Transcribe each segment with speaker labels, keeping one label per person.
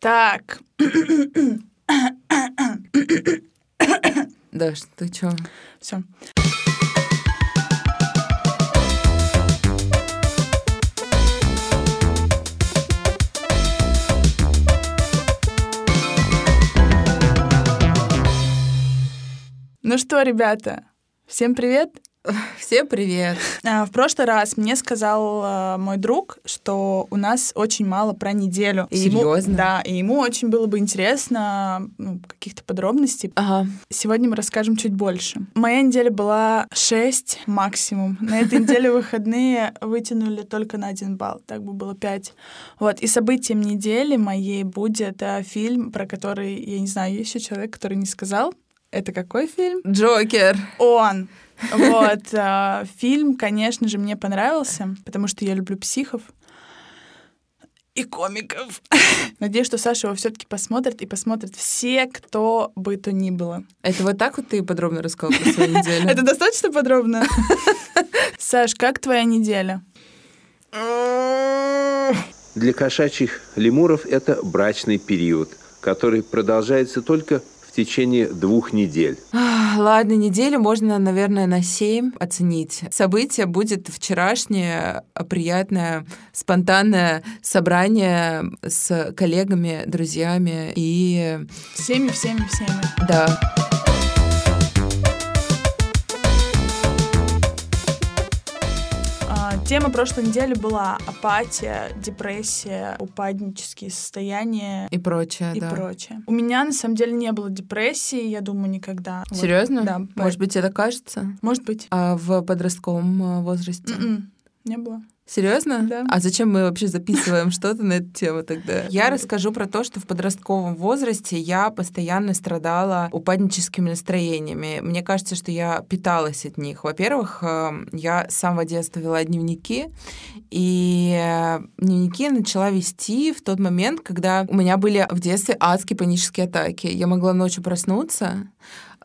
Speaker 1: Так.
Speaker 2: Даш, ты чё?
Speaker 1: Все. Ну что, ребята, всем привет.
Speaker 2: Всем привет.
Speaker 1: А, В прошлый раз мне сказал а, мой друг, что у нас очень мало про неделю. И ему-
Speaker 2: Серьёзно?
Speaker 1: да, и ему очень было бы интересно ну, каких-то подробностей.
Speaker 2: Ага.
Speaker 1: Сегодня мы расскажем чуть больше. Моя неделя была 6 максимум. На этой неделе выходные вытянули только на один балл. Так бы было 5. Вот. И событием недели моей будет э, фильм, про который, я не знаю, есть еще человек, который не сказал. Это какой фильм?
Speaker 2: Джокер.
Speaker 1: Он. Вот. э, Фильм, конечно же, мне понравился, потому что я люблю психов и комиков. Надеюсь, что Саша его все-таки посмотрит и посмотрит все, кто бы то ни было.
Speaker 2: Это вот так вот ты подробно рассказал про свою неделю?
Speaker 1: Это достаточно подробно? Саш, как твоя неделя?
Speaker 3: Для кошачьих лемуров это брачный период, который продолжается только в течение двух недель.
Speaker 2: Ах, А, Ладно, неделю можно, наверное, на 7 оценить. Событие будет вчерашнее а, приятное, спонтанное собрание с коллегами, друзьями и...
Speaker 1: Всеми, всеми, всеми.
Speaker 2: Да.
Speaker 1: А, Тема прошлой недели была апатия, депрессия, упаднические состояния
Speaker 2: И прочее,
Speaker 1: и
Speaker 2: да.
Speaker 1: прочее. У меня, на самом деле, не было депрессии, я думаю, никогда. Вот.
Speaker 2: Серьезно?
Speaker 1: Да.
Speaker 2: Может быть, это кажется?
Speaker 1: Может быть.
Speaker 2: А в подростковом э, возрасте?
Speaker 1: М-м, Не было.
Speaker 2: Серьезно?
Speaker 1: Да.
Speaker 2: А зачем мы вообще записываем что-то на эту тему тогда? Я
Speaker 1: Ну,
Speaker 2: расскажу про то, что в подростковом возрасте я постоянно страдала упадническими настроениями. Мне кажется, что я питалась от них. Во-первых, э, я с самого детства вела дневники, и э, дневники я начала вести в тот момент, когда у меня были в детстве адские панические атаки. Я могла ночью проснуться,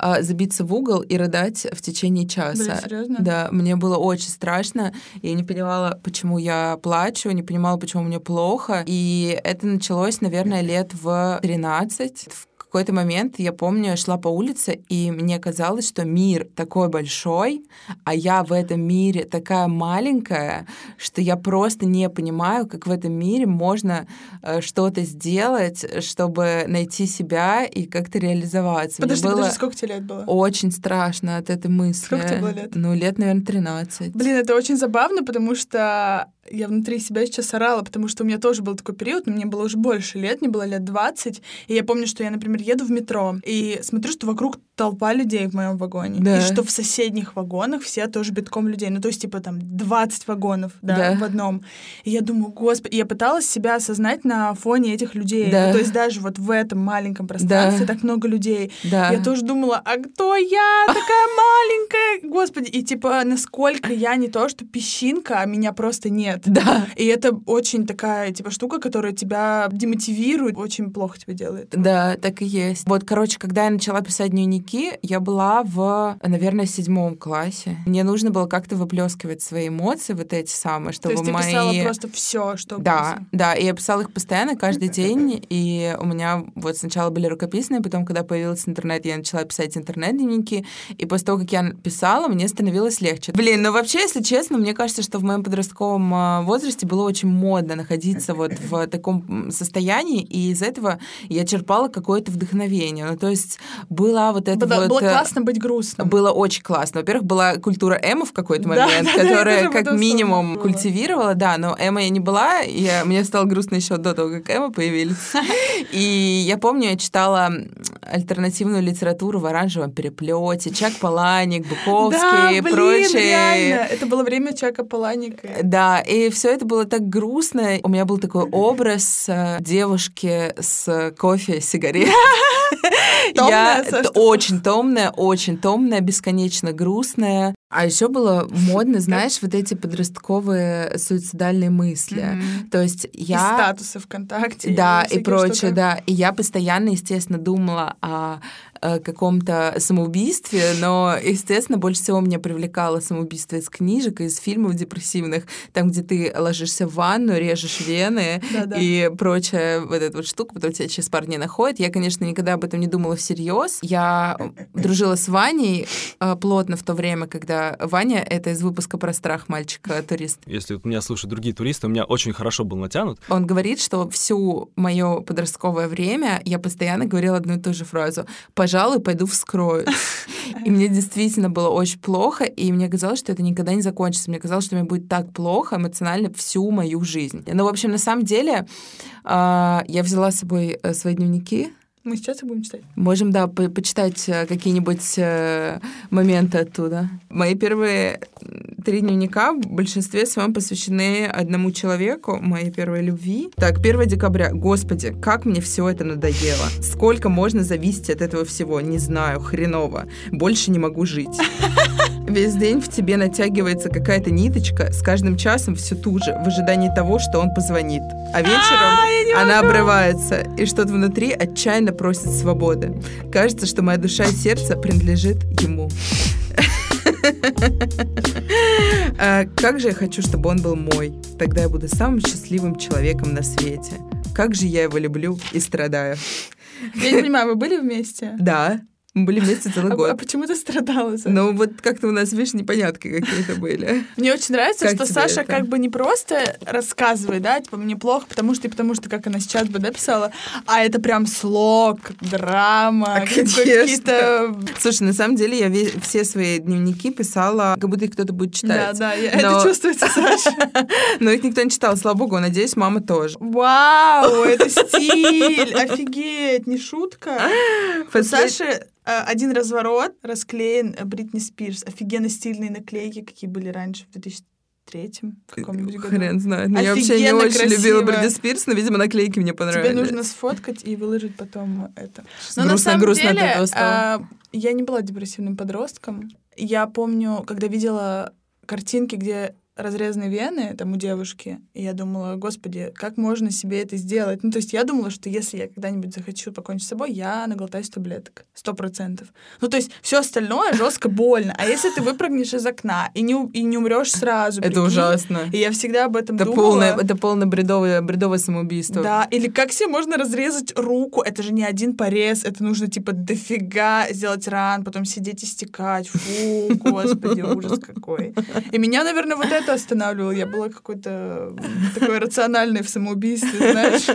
Speaker 2: э, забиться в угол и рыдать в течение часа.
Speaker 1: Блин, серьезно?
Speaker 2: Да, мне было очень страшно. Я не понимала, почему я плачу, не понимала, почему мне плохо. И это началось, наверное, лет в 13. В какой-то момент, я помню, я шла по улице, и мне казалось, что мир такой большой, а я в этом мире такая маленькая, что я просто не понимаю, как в этом мире можно э, что-то сделать, чтобы найти себя и как-то реализоваться. Мне
Speaker 1: Подожди,
Speaker 2: было-
Speaker 1: подожди, сколько тебе лет было?
Speaker 2: очень страшно от этой мысли.
Speaker 1: Сколько тебе было лет?
Speaker 2: Ну, лет, наверное, 13.
Speaker 1: Блин, это очень забавно, потому что я внутри себя сейчас орала, потому что у меня тоже был такой период, но мне было уже больше лет, мне было лет 20, и я помню, что я, например, еду в метро и смотрю, что вокруг толпа людей в моем вагоне,
Speaker 2: Да.
Speaker 1: и что в соседних вагонах все тоже битком людей, ну то есть типа там 20 вагонов, да,
Speaker 2: Да.
Speaker 1: в одном. И я думаю, господи, и я пыталась себя осознать на фоне этих людей,
Speaker 2: Да.
Speaker 1: Ну, то есть даже вот в этом маленьком пространстве так много людей,
Speaker 2: Да.
Speaker 1: я тоже думала, а кто я такая маленькая? Господи, и типа, насколько я не то, что песчинка, а меня просто нет.
Speaker 2: Да.
Speaker 1: И это очень такая, типа, штука, которая тебя демотивирует, очень плохо тебе делает.
Speaker 2: Да, так и есть. Вот, короче, когда я начала писать дневники, я была в, наверное, седьмом классе. Мне нужно было как-то выплескивать свои эмоции, вот эти самые,
Speaker 1: То
Speaker 2: чтобы
Speaker 1: есть ты
Speaker 2: мои...
Speaker 1: писала просто все, что
Speaker 2: Да,
Speaker 1: было.
Speaker 2: да, и я писала их постоянно, каждый день, и у меня вот сначала были рукописные, потом, когда появился интернет, я начала писать интернет-дневники, и после того, как я писала, мне становилось легче. Блин, ну вообще, если честно, мне кажется, что в моем подростковом а, возрасте было очень модно находиться вот в таком м, состоянии, и из этого я черпала какое-то вдохновение. Ну, то есть была вот это
Speaker 1: Было,
Speaker 2: вот...
Speaker 1: было
Speaker 2: э,
Speaker 1: классно быть грустным.
Speaker 2: было очень классно. Во-первых, была культура эмо в
Speaker 1: Да,
Speaker 2: какой-то момент,
Speaker 1: да, да, я тоже
Speaker 2: которая
Speaker 1: об
Speaker 2: как
Speaker 1: этом
Speaker 2: минимум
Speaker 1: вспомнила.
Speaker 2: культивировала, да, но эмо я не была, и я, мне стало грустно еще до того, как эмо появились. И я помню, я читала альтернативную литературу в оранжевом переплете, Чак Паланик,
Speaker 1: да,
Speaker 2: Буковский и
Speaker 1: блин, реально.
Speaker 2: прочие. Э,
Speaker 1: Это было время Чака Паланика.
Speaker 2: Да, и все это было так грустно. У меня был такой образ э, девушки с э, кофе, сигарет.
Speaker 1: Томная,
Speaker 2: Я
Speaker 1: Саш,
Speaker 2: т-
Speaker 1: ты
Speaker 2: очень томная, очень томная, бесконечно грустная. А еще было модно, знаешь, вот эти подростковые суицидальные мысли.
Speaker 1: Мгм.
Speaker 2: То есть
Speaker 1: И
Speaker 2: я...
Speaker 1: статусы ВКонтакте.
Speaker 2: Да, и
Speaker 1: всякие
Speaker 2: прочее,
Speaker 1: штуки.
Speaker 2: да. И я постоянно, естественно, думала о э, каком-то самоубийстве, но, естественно, больше всего меня привлекало самоубийство из книжек, из фильмов депрессивных, там, где ты ложишься в ванну, режешь вены
Speaker 1: Да-да.
Speaker 2: и прочая вот эта вот штука, потом тебя через пару дней находят. Я, конечно, никогда об этом не думала всерьез. Я дружила с Ваней э, плотно в то время, когда Ваня — это из выпуска про страх мальчика-туриста.
Speaker 4: Если вот меня слушают другие туристы, у меня очень хорошо был натянут.
Speaker 2: Он говорит, что всю мое подростковое время я постоянно говорила одну и ту же фразу «пожалуй, пойду вскрою». И мне действительно было очень плохо, и мне казалось, что это никогда не закончится. Мне казалось, что мне будет так плохо эмоционально всю мою жизнь. Ну, в общем, на самом деле, а, я взяла с собой э, свои дневники,
Speaker 1: Мы сейчас их будем читать.
Speaker 2: Можем, да, по- почитать э, какие-нибудь э, моменты оттуда. Мои первые три дневника в большинстве своем посвящены одному человеку, моей первой любви. Так, 1 декабря. Господи, как мне все это надоело. Сколько можно зависеть от этого всего? Не знаю, хреново. Больше не могу жить. Весь день в тебе натягивается какая-то ниточка, с каждым часом все ту же, в ожидании того, что он позвонит. А вечером... Она обрывается, и что-то внутри отчаянно просит свободы. Кажется, что моя душа и сердце принадлежит ему. А Как же я хочу, чтобы он был мой. Тогда я буду самым счастливым человеком на свете. Как же я его люблю и страдаю.
Speaker 1: Я не понимаю, вы были вместе?
Speaker 2: Да, мы были вместе
Speaker 1: А,
Speaker 2: целый
Speaker 1: а
Speaker 2: год.
Speaker 1: почему ты страдала за это?
Speaker 2: Но вот как-то у нас, видишь, непонятки какие-то были.
Speaker 1: Мне очень нравится,
Speaker 2: Как
Speaker 1: что
Speaker 2: тебе
Speaker 1: Саша
Speaker 2: это?
Speaker 1: как бы не просто рассказывает, да, типа, мне плохо, потому что и потому что, как она сейчас бы, да, писала, а это прям слог, драма,
Speaker 2: А,
Speaker 1: какой-
Speaker 2: конечно.
Speaker 1: какие-то...
Speaker 2: Слушай, на самом деле я ве- все свои дневники писала, как будто их кто-то будет
Speaker 1: Да,
Speaker 2: читать.
Speaker 1: да, я-
Speaker 2: Но-
Speaker 1: это чувствуется, Саша.
Speaker 2: Но их никто не читал, слава богу, надеюсь, мама тоже.
Speaker 1: Вау, это стиль, офигеть, не шутка. У
Speaker 2: Послед-
Speaker 1: Саши э, один разворот расклеен э, Бритни Спирс. Офигенно стильные наклейки, какие были раньше в 2003 каком-нибудь году.
Speaker 2: Хрен знает. Но я вообще не
Speaker 1: Офигенно
Speaker 2: очень любила
Speaker 1: красиво.
Speaker 2: Бритни Спирс, но, видимо, наклейки мне понравились.
Speaker 1: Тебе нужно сфоткать и выложить потом это.
Speaker 2: Сейчас
Speaker 1: Но Ну, на
Speaker 2: грустно,
Speaker 1: самом
Speaker 2: грустно
Speaker 1: деле,
Speaker 2: от этого стало.
Speaker 1: а, я не была депрессивным подростком. Я помню, когда видела картинки, где разрезаны вены там у девушки, и я думала, господи, как можно себе это сделать? Ну, то есть я думала, что если я когда-нибудь захочу покончить с собой, я наглотаюсь таблеток, сто процентов. Ну, то есть все остальное жестко больно. А если ты выпрыгнешь из окна и не, у- и не умрешь сразу?
Speaker 2: Это
Speaker 1: прикинь?
Speaker 2: ужасно.
Speaker 1: И я всегда об этом
Speaker 2: Это
Speaker 1: думала.
Speaker 2: полное, это полное бредовое, бредовое самоубийство.
Speaker 1: Да, или как себе можно разрезать руку? Это же не один порез, это нужно типа дофига сделать ран, потом сидеть и стекать. Фу, господи, ужас какой. И меня, наверное, вот это останавливало. Я была какой-то м, такой рациональной в самоубийстве, знаешь.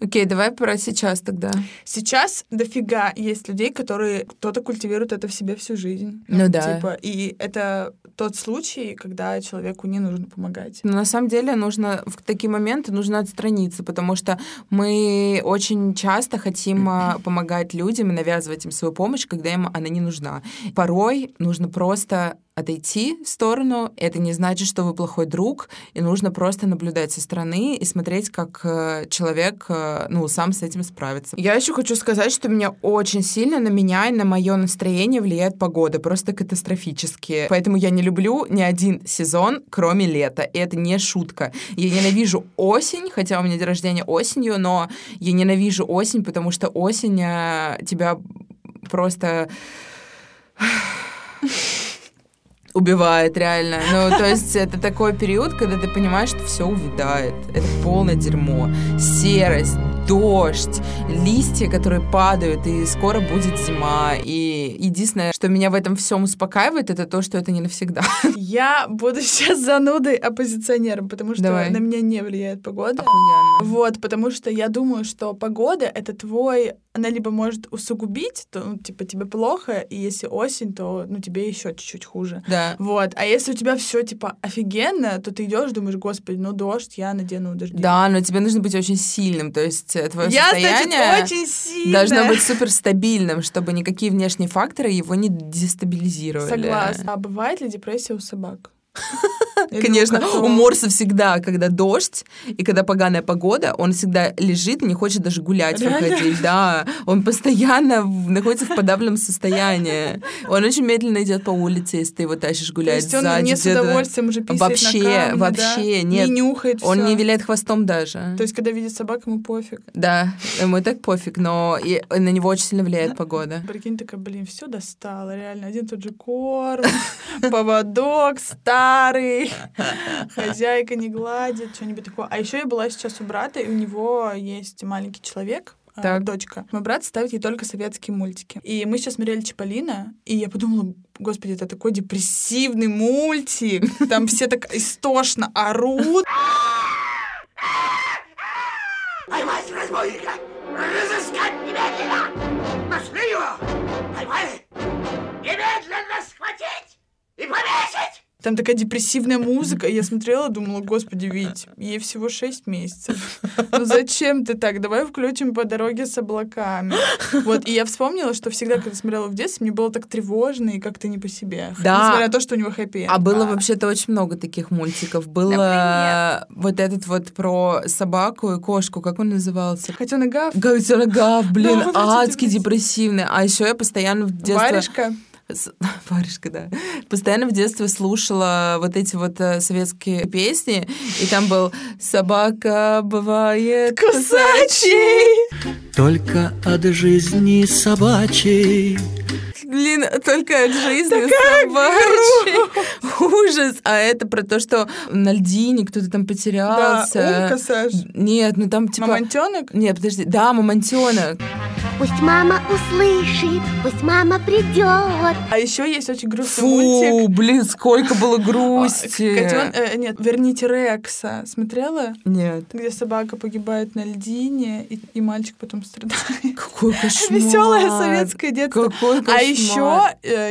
Speaker 2: Окей, давай про сейчас тогда.
Speaker 1: Сейчас дофига есть людей, которые кто-то культивирует это в себе всю жизнь.
Speaker 2: Ну да.
Speaker 1: Типа, и это тот случай, когда человеку не нужно помогать.
Speaker 2: Но Ну, на самом деле нужно в такие моменты нужно отстраниться, потому что мы очень часто хотим а, помогать людям и навязывать им свою помощь, когда им она не нужна. Порой нужно просто отойти в сторону. Это не значит, что вы плохой друг, и нужно просто наблюдать со стороны и смотреть, как э, человек, э, ну, сам с этим справится. Я еще хочу сказать, что меня очень сильно на меня и на мое настроение влияет погода, просто катастрофически. Поэтому я не люблю ни один сезон, кроме лета, и это не шутка. Я ненавижу осень, хотя у меня день рождения осенью, но я ненавижу осень, потому что осень э, тебя просто убивает реально. Ну, то есть это такой период, когда ты понимаешь, что все увядает. Это полное дерьмо. Серость, дождь, листья, которые падают, и скоро будет зима. И единственное, что меня в этом всем успокаивает, это то, что это не навсегда.
Speaker 1: Я буду сейчас занудой оппозиционером, потому что
Speaker 2: Давай.
Speaker 1: на меня не влияет погода.
Speaker 2: Охуенно.
Speaker 1: Вот, потому что я думаю, что погода — это твой... Она либо может усугубить, то, ну, типа, тебе плохо, и если осень, то, ну, тебе еще чуть-чуть хуже.
Speaker 2: Да.
Speaker 1: Вот, а если у тебя все типа офигенно, то ты идешь, думаешь, господи, ну дождь, я надену дождь.
Speaker 2: Да, но тебе нужно быть очень сильным, то есть э, твое
Speaker 1: я,
Speaker 2: состояние...
Speaker 1: значит, очень сильно.
Speaker 2: Должно быть суперстабильным, чтобы никакие внешние факторы его не дестабилизировали.
Speaker 1: Согласна. А бывает ли депрессия у собак? Я
Speaker 2: Конечно,
Speaker 1: думаю, как-то
Speaker 2: у Морса всегда, когда дождь и когда поганая погода, он всегда лежит и не хочет даже гулять
Speaker 1: Реально?
Speaker 2: выходить. Да, он постоянно в- находится в подавленном состоянии. Он очень медленно идет по улице, если ты его тащишь
Speaker 1: То
Speaker 2: гулять
Speaker 1: есть он
Speaker 2: сзади.
Speaker 1: не с
Speaker 2: где-то.
Speaker 1: удовольствием уже писает
Speaker 2: Вообще,
Speaker 1: на камне, да,
Speaker 2: вообще, нет.
Speaker 1: Не нюхает
Speaker 2: Он
Speaker 1: всё.
Speaker 2: не виляет хвостом даже.
Speaker 1: То есть, когда видит собак, ему пофиг.
Speaker 2: Да, ему и так пофиг, но и на него очень сильно влияет погода.
Speaker 1: Прикинь, такая, блин, все достало, реально. Один и тот же корм, поводок старый, хозяйка не гладит, что-нибудь такое. А еще я была сейчас у брата, и у него есть маленький человек, э,
Speaker 2: Так.
Speaker 1: дочка. Мой брат ставит ей только советские мультики. И мы сейчас смотрели Чиполлино, и я подумала, господи, это такой депрессивный мультик. Там все так истошно орут.
Speaker 5: Поймать разбойника! Разыскать немедленно! Нашли его! Поймали! Немедленно схватить! И повесить!
Speaker 1: Там такая депрессивная музыка. И я смотрела, думала, господи, Вить, ей всего шесть месяцев. Ну зачем ты так? Давай включим по дороге с облаками. Вот, и я вспомнила, что всегда, когда смотрела в детстве, мне было так тревожно и как-то не по себе.
Speaker 2: Да.
Speaker 1: Несмотря на то, что у него хэппи
Speaker 2: А было вообще-то очень много таких мультиков. Было вот этот вот про собаку и кошку, как он назывался?
Speaker 1: Котенок Гав,
Speaker 2: Гаутерогав, блин,
Speaker 1: вот эти
Speaker 2: адский
Speaker 1: мультики.
Speaker 2: депрессивный. А еще я постоянно в детстве...
Speaker 1: варежка.
Speaker 2: С- Варежка, да. Постоянно в детстве слушала вот эти вот э, советские песни, и там был «Собака бывает
Speaker 1: Кусачий!
Speaker 6: Только от жизни собачьей
Speaker 2: Блин, только от жизни собачьей. Ужас. А это про то, что на льдине кто-то там
Speaker 1: Да,
Speaker 2: потерялся.
Speaker 1: умка, Саш.
Speaker 2: Нет, ну там типа...
Speaker 1: Мамонтенок?
Speaker 2: Нет, подожди. Да, мамонтенок.
Speaker 7: Пусть мама услышит, пусть мама придет.
Speaker 1: А еще есть очень грустный мультик.
Speaker 2: Фу, блин, сколько было грусти.
Speaker 1: Котен... э, нет, верните Рекса. Смотрела?
Speaker 2: Нет.
Speaker 1: где собака погибает на льдине, и, и мальчик потом страдает.
Speaker 2: Какой кошмар.
Speaker 1: Веселое советское детство.
Speaker 2: Какой кошмар.
Speaker 1: А еще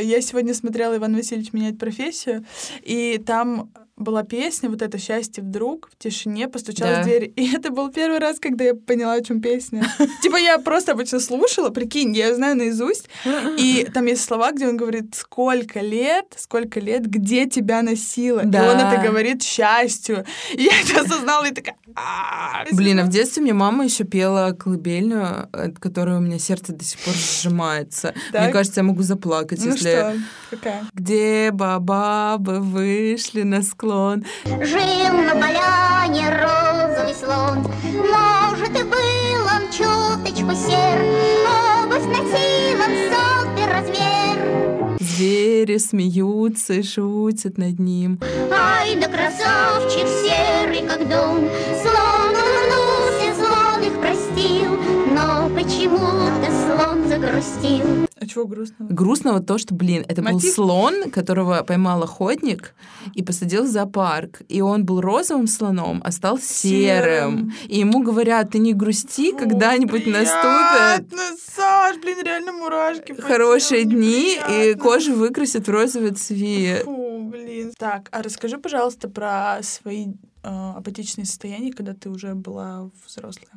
Speaker 1: я сегодня смотрела Иван Васильевич меняет профессию, и там была песня вот это счастье вдруг в тишине постучалась
Speaker 2: Да.
Speaker 1: в дверь. И это был первый раз, когда я поняла, о чем песня. Типа я просто обычно слушала, прикинь, я её знаю наизусть. И там есть слова, где он говорит, сколько лет, сколько лет, где тебя носило. И
Speaker 2: Да.
Speaker 1: он это говорит счастью. И я это осознала и такая... «А,
Speaker 2: Блин, а в детстве мне мама еще пела колыбельную, от которой у меня сердце до сих пор сжимается. Мне
Speaker 1: Так.
Speaker 2: кажется, я могу заплакать,
Speaker 1: Ну
Speaker 2: если...
Speaker 1: что, какая?
Speaker 2: Где бабабы вышли на склон?
Speaker 7: Жил на поляне розовый слон. Может, и был он чуточку сер, обувь носил он супер размер.
Speaker 2: Звери смеются и шутят над ним.
Speaker 7: Ай да красавчик серый, как дом. Слон улыбнулся, слон их простил, но почему-то слон загрустил.
Speaker 1: А чего грустного?
Speaker 2: Грустно вот то, что, блин, это был
Speaker 1: Мотив?
Speaker 2: слон, которого поймал охотник и посадил в зоопарк. И он был розовым слоном, а стал серым.
Speaker 1: Серым.
Speaker 2: И ему говорят, ты не грусти,
Speaker 1: Фу,
Speaker 2: когда-нибудь наступят
Speaker 1: приятно, Саш, блин, реально мурашки. по
Speaker 2: хорошие
Speaker 1: телу,
Speaker 2: дни, и
Speaker 1: неприятно.
Speaker 2: кожу выкрасят в розовый цвет.
Speaker 1: Фу, блин. Так, а расскажи, пожалуйста, про свои э, апатичные состояния, когда ты уже была взрослая.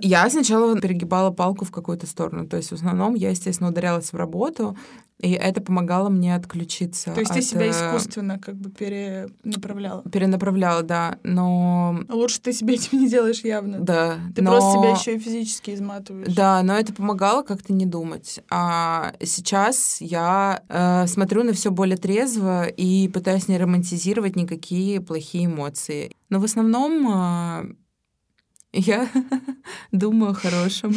Speaker 2: Я сначала перегибала палку в какую-то сторону. То есть в основном я, естественно, ударялась в работу, и это помогало мне отключиться.
Speaker 1: То есть ты
Speaker 2: от,
Speaker 1: себя
Speaker 2: э,
Speaker 1: искусственно как бы перенаправляла.
Speaker 2: перенаправляла, да. Но
Speaker 1: Лучше ты себе этим не делаешь явно.
Speaker 2: да.
Speaker 1: Ты
Speaker 2: но-
Speaker 1: просто себя еще и физически изматываешь.
Speaker 2: Да, но это помогало как-то не думать. А сейчас я э, смотрю на все более трезво и пытаюсь не романтизировать никакие плохие эмоции. Но в основном э, я думаю о хорошем.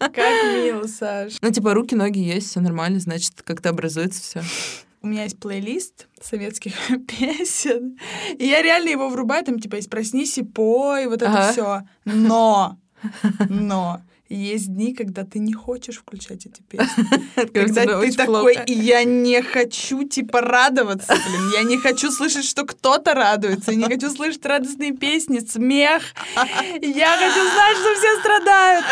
Speaker 1: Как мило, Саш.
Speaker 2: Ну, типа, руки, ноги есть, все нормально, значит, как-то образуется все.
Speaker 1: У меня есть плейлист советских песен. И я реально его врубаю, там типа есть «Проснись и пой», вот это
Speaker 2: Ага.
Speaker 1: все. Но, но есть дни, когда ты не хочешь включать эти песни. Когда ты такой, и я не хочу, типа, радоваться, блин. Я не хочу слышать, что кто-то радуется. Я не хочу слышать радостные песни, смех. Я хочу знать, что все страдают.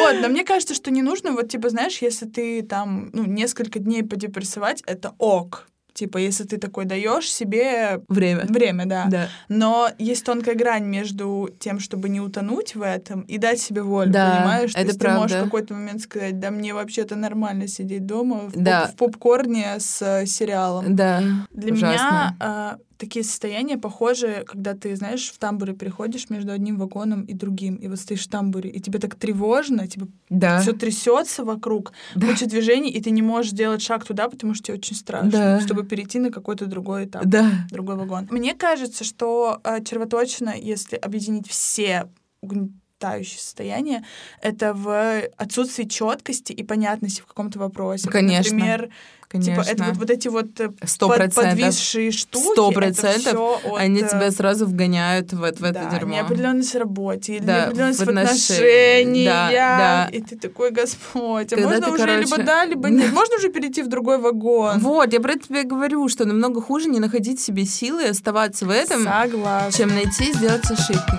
Speaker 1: Вот, но мне кажется, что не нужно, вот, типа, знаешь, если ты там, ну, несколько дней подепрессовать, это ок. типа, если ты такой даешь себе
Speaker 2: Время.
Speaker 1: время, да.
Speaker 2: Да.
Speaker 1: Но есть тонкая грань между тем, чтобы не утонуть в этом и дать себе волю,
Speaker 2: Да,
Speaker 1: понимаешь? То
Speaker 2: это
Speaker 1: есть ты можешь в
Speaker 2: правда.
Speaker 1: какой-то момент сказать, да мне вообще-то нормально сидеть дома в, поп-
Speaker 2: Да.
Speaker 1: в попкорне с э, сериалом.
Speaker 2: Да.
Speaker 1: Для
Speaker 2: Ужасно.
Speaker 1: меня э, такие состояния похожи, когда ты, знаешь, в тамбуре переходишь между одним вагоном и другим, и вот стоишь в тамбуре, и тебе так тревожно, тебе
Speaker 2: Да.
Speaker 1: все трясется вокруг,
Speaker 2: Да.
Speaker 1: куча движений, и ты не можешь делать шаг туда, потому что тебе очень страшно,
Speaker 2: Да.
Speaker 1: чтобы перейти на какой-то другой этап
Speaker 2: Да.
Speaker 1: другой вагон. Мне кажется, что э, червоточина, если объединить все угнетающие состояния, это в отсутствии четкости и понятности в каком-то вопросе. Вот,
Speaker 2: Конечно,
Speaker 1: Например,
Speaker 2: Конечно.
Speaker 1: типа это вот, вот эти вот э,
Speaker 2: Сто
Speaker 1: под-
Speaker 2: процентов.
Speaker 1: подвисшие штуки.
Speaker 2: Сто
Speaker 1: это
Speaker 2: процентов.
Speaker 1: всё от,
Speaker 2: Они
Speaker 1: э,
Speaker 2: тебя сразу вгоняют вот в это
Speaker 1: да,
Speaker 2: дерьмо.
Speaker 1: неопределенность в работе, или
Speaker 2: Да,
Speaker 1: неопределенность
Speaker 2: в
Speaker 1: в
Speaker 2: отношении.
Speaker 1: отношениях.
Speaker 2: Да, да.
Speaker 1: И ты такой, Господь, а
Speaker 2: Когда
Speaker 1: можно
Speaker 2: ты,
Speaker 1: уже
Speaker 2: короче,
Speaker 1: либо да, либо нет? Можно уже перейти в другой вагон?
Speaker 2: Вот, я про это тебе и говорю, что намного хуже не находить в себе силы и оставаться в этом,
Speaker 1: Согласна.
Speaker 2: чем найти и сделать ошибки.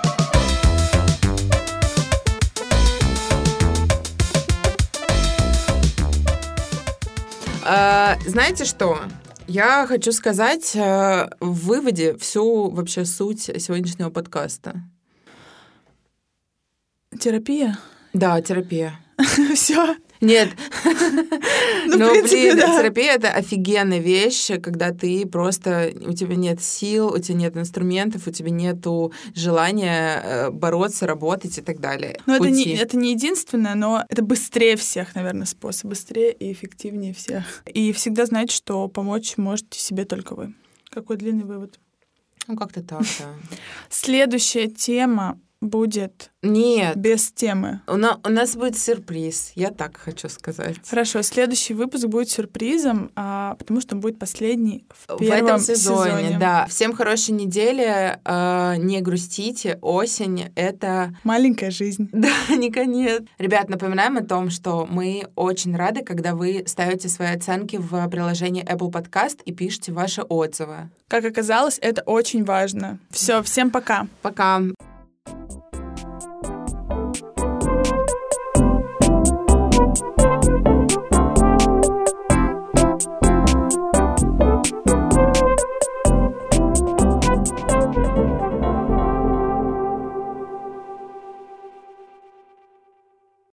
Speaker 2: А, знаете что? Я хочу сказать а, в выводе всю вообще суть сегодняшнего подкаста.
Speaker 1: Терапия?
Speaker 2: Да, терапия.
Speaker 1: Все.
Speaker 2: Нет,
Speaker 1: Ну,
Speaker 2: но,
Speaker 1: в принципе,
Speaker 2: блин,
Speaker 1: да.
Speaker 2: терапия — это офигенная вещь, когда ты просто... У тебя нет сил, у тебя нет инструментов, у тебя нет желания э, бороться, работать и так далее.
Speaker 1: Ну, это не,
Speaker 2: Пути.
Speaker 1: это не единственное, но это быстрее всех, наверное, способ. Быстрее и эффективнее всех. И всегда знать, что помочь можете себе только вы. Какой длинный вывод.
Speaker 2: Ну, как-то так, да.
Speaker 1: Следующая тема будет
Speaker 2: Нет,
Speaker 1: без темы.
Speaker 2: у на- у нас будет сюрприз, я так хочу сказать.
Speaker 1: Хорошо, следующий выпуск будет сюрпризом, а, потому что он будет последний в
Speaker 2: в
Speaker 1: первом
Speaker 2: этом сезоне,
Speaker 1: сезоне.
Speaker 2: да. Всем хорошей недели, э, не грустите, осень — это
Speaker 1: Маленькая жизнь.
Speaker 2: Да, не конец. Ребят, напоминаем о том, что мы очень рады, когда вы ставите свои оценки в приложении Apple Podcast и пишете ваши отзывы.
Speaker 1: Как оказалось, это очень важно. Все, всем пока.
Speaker 2: Пока!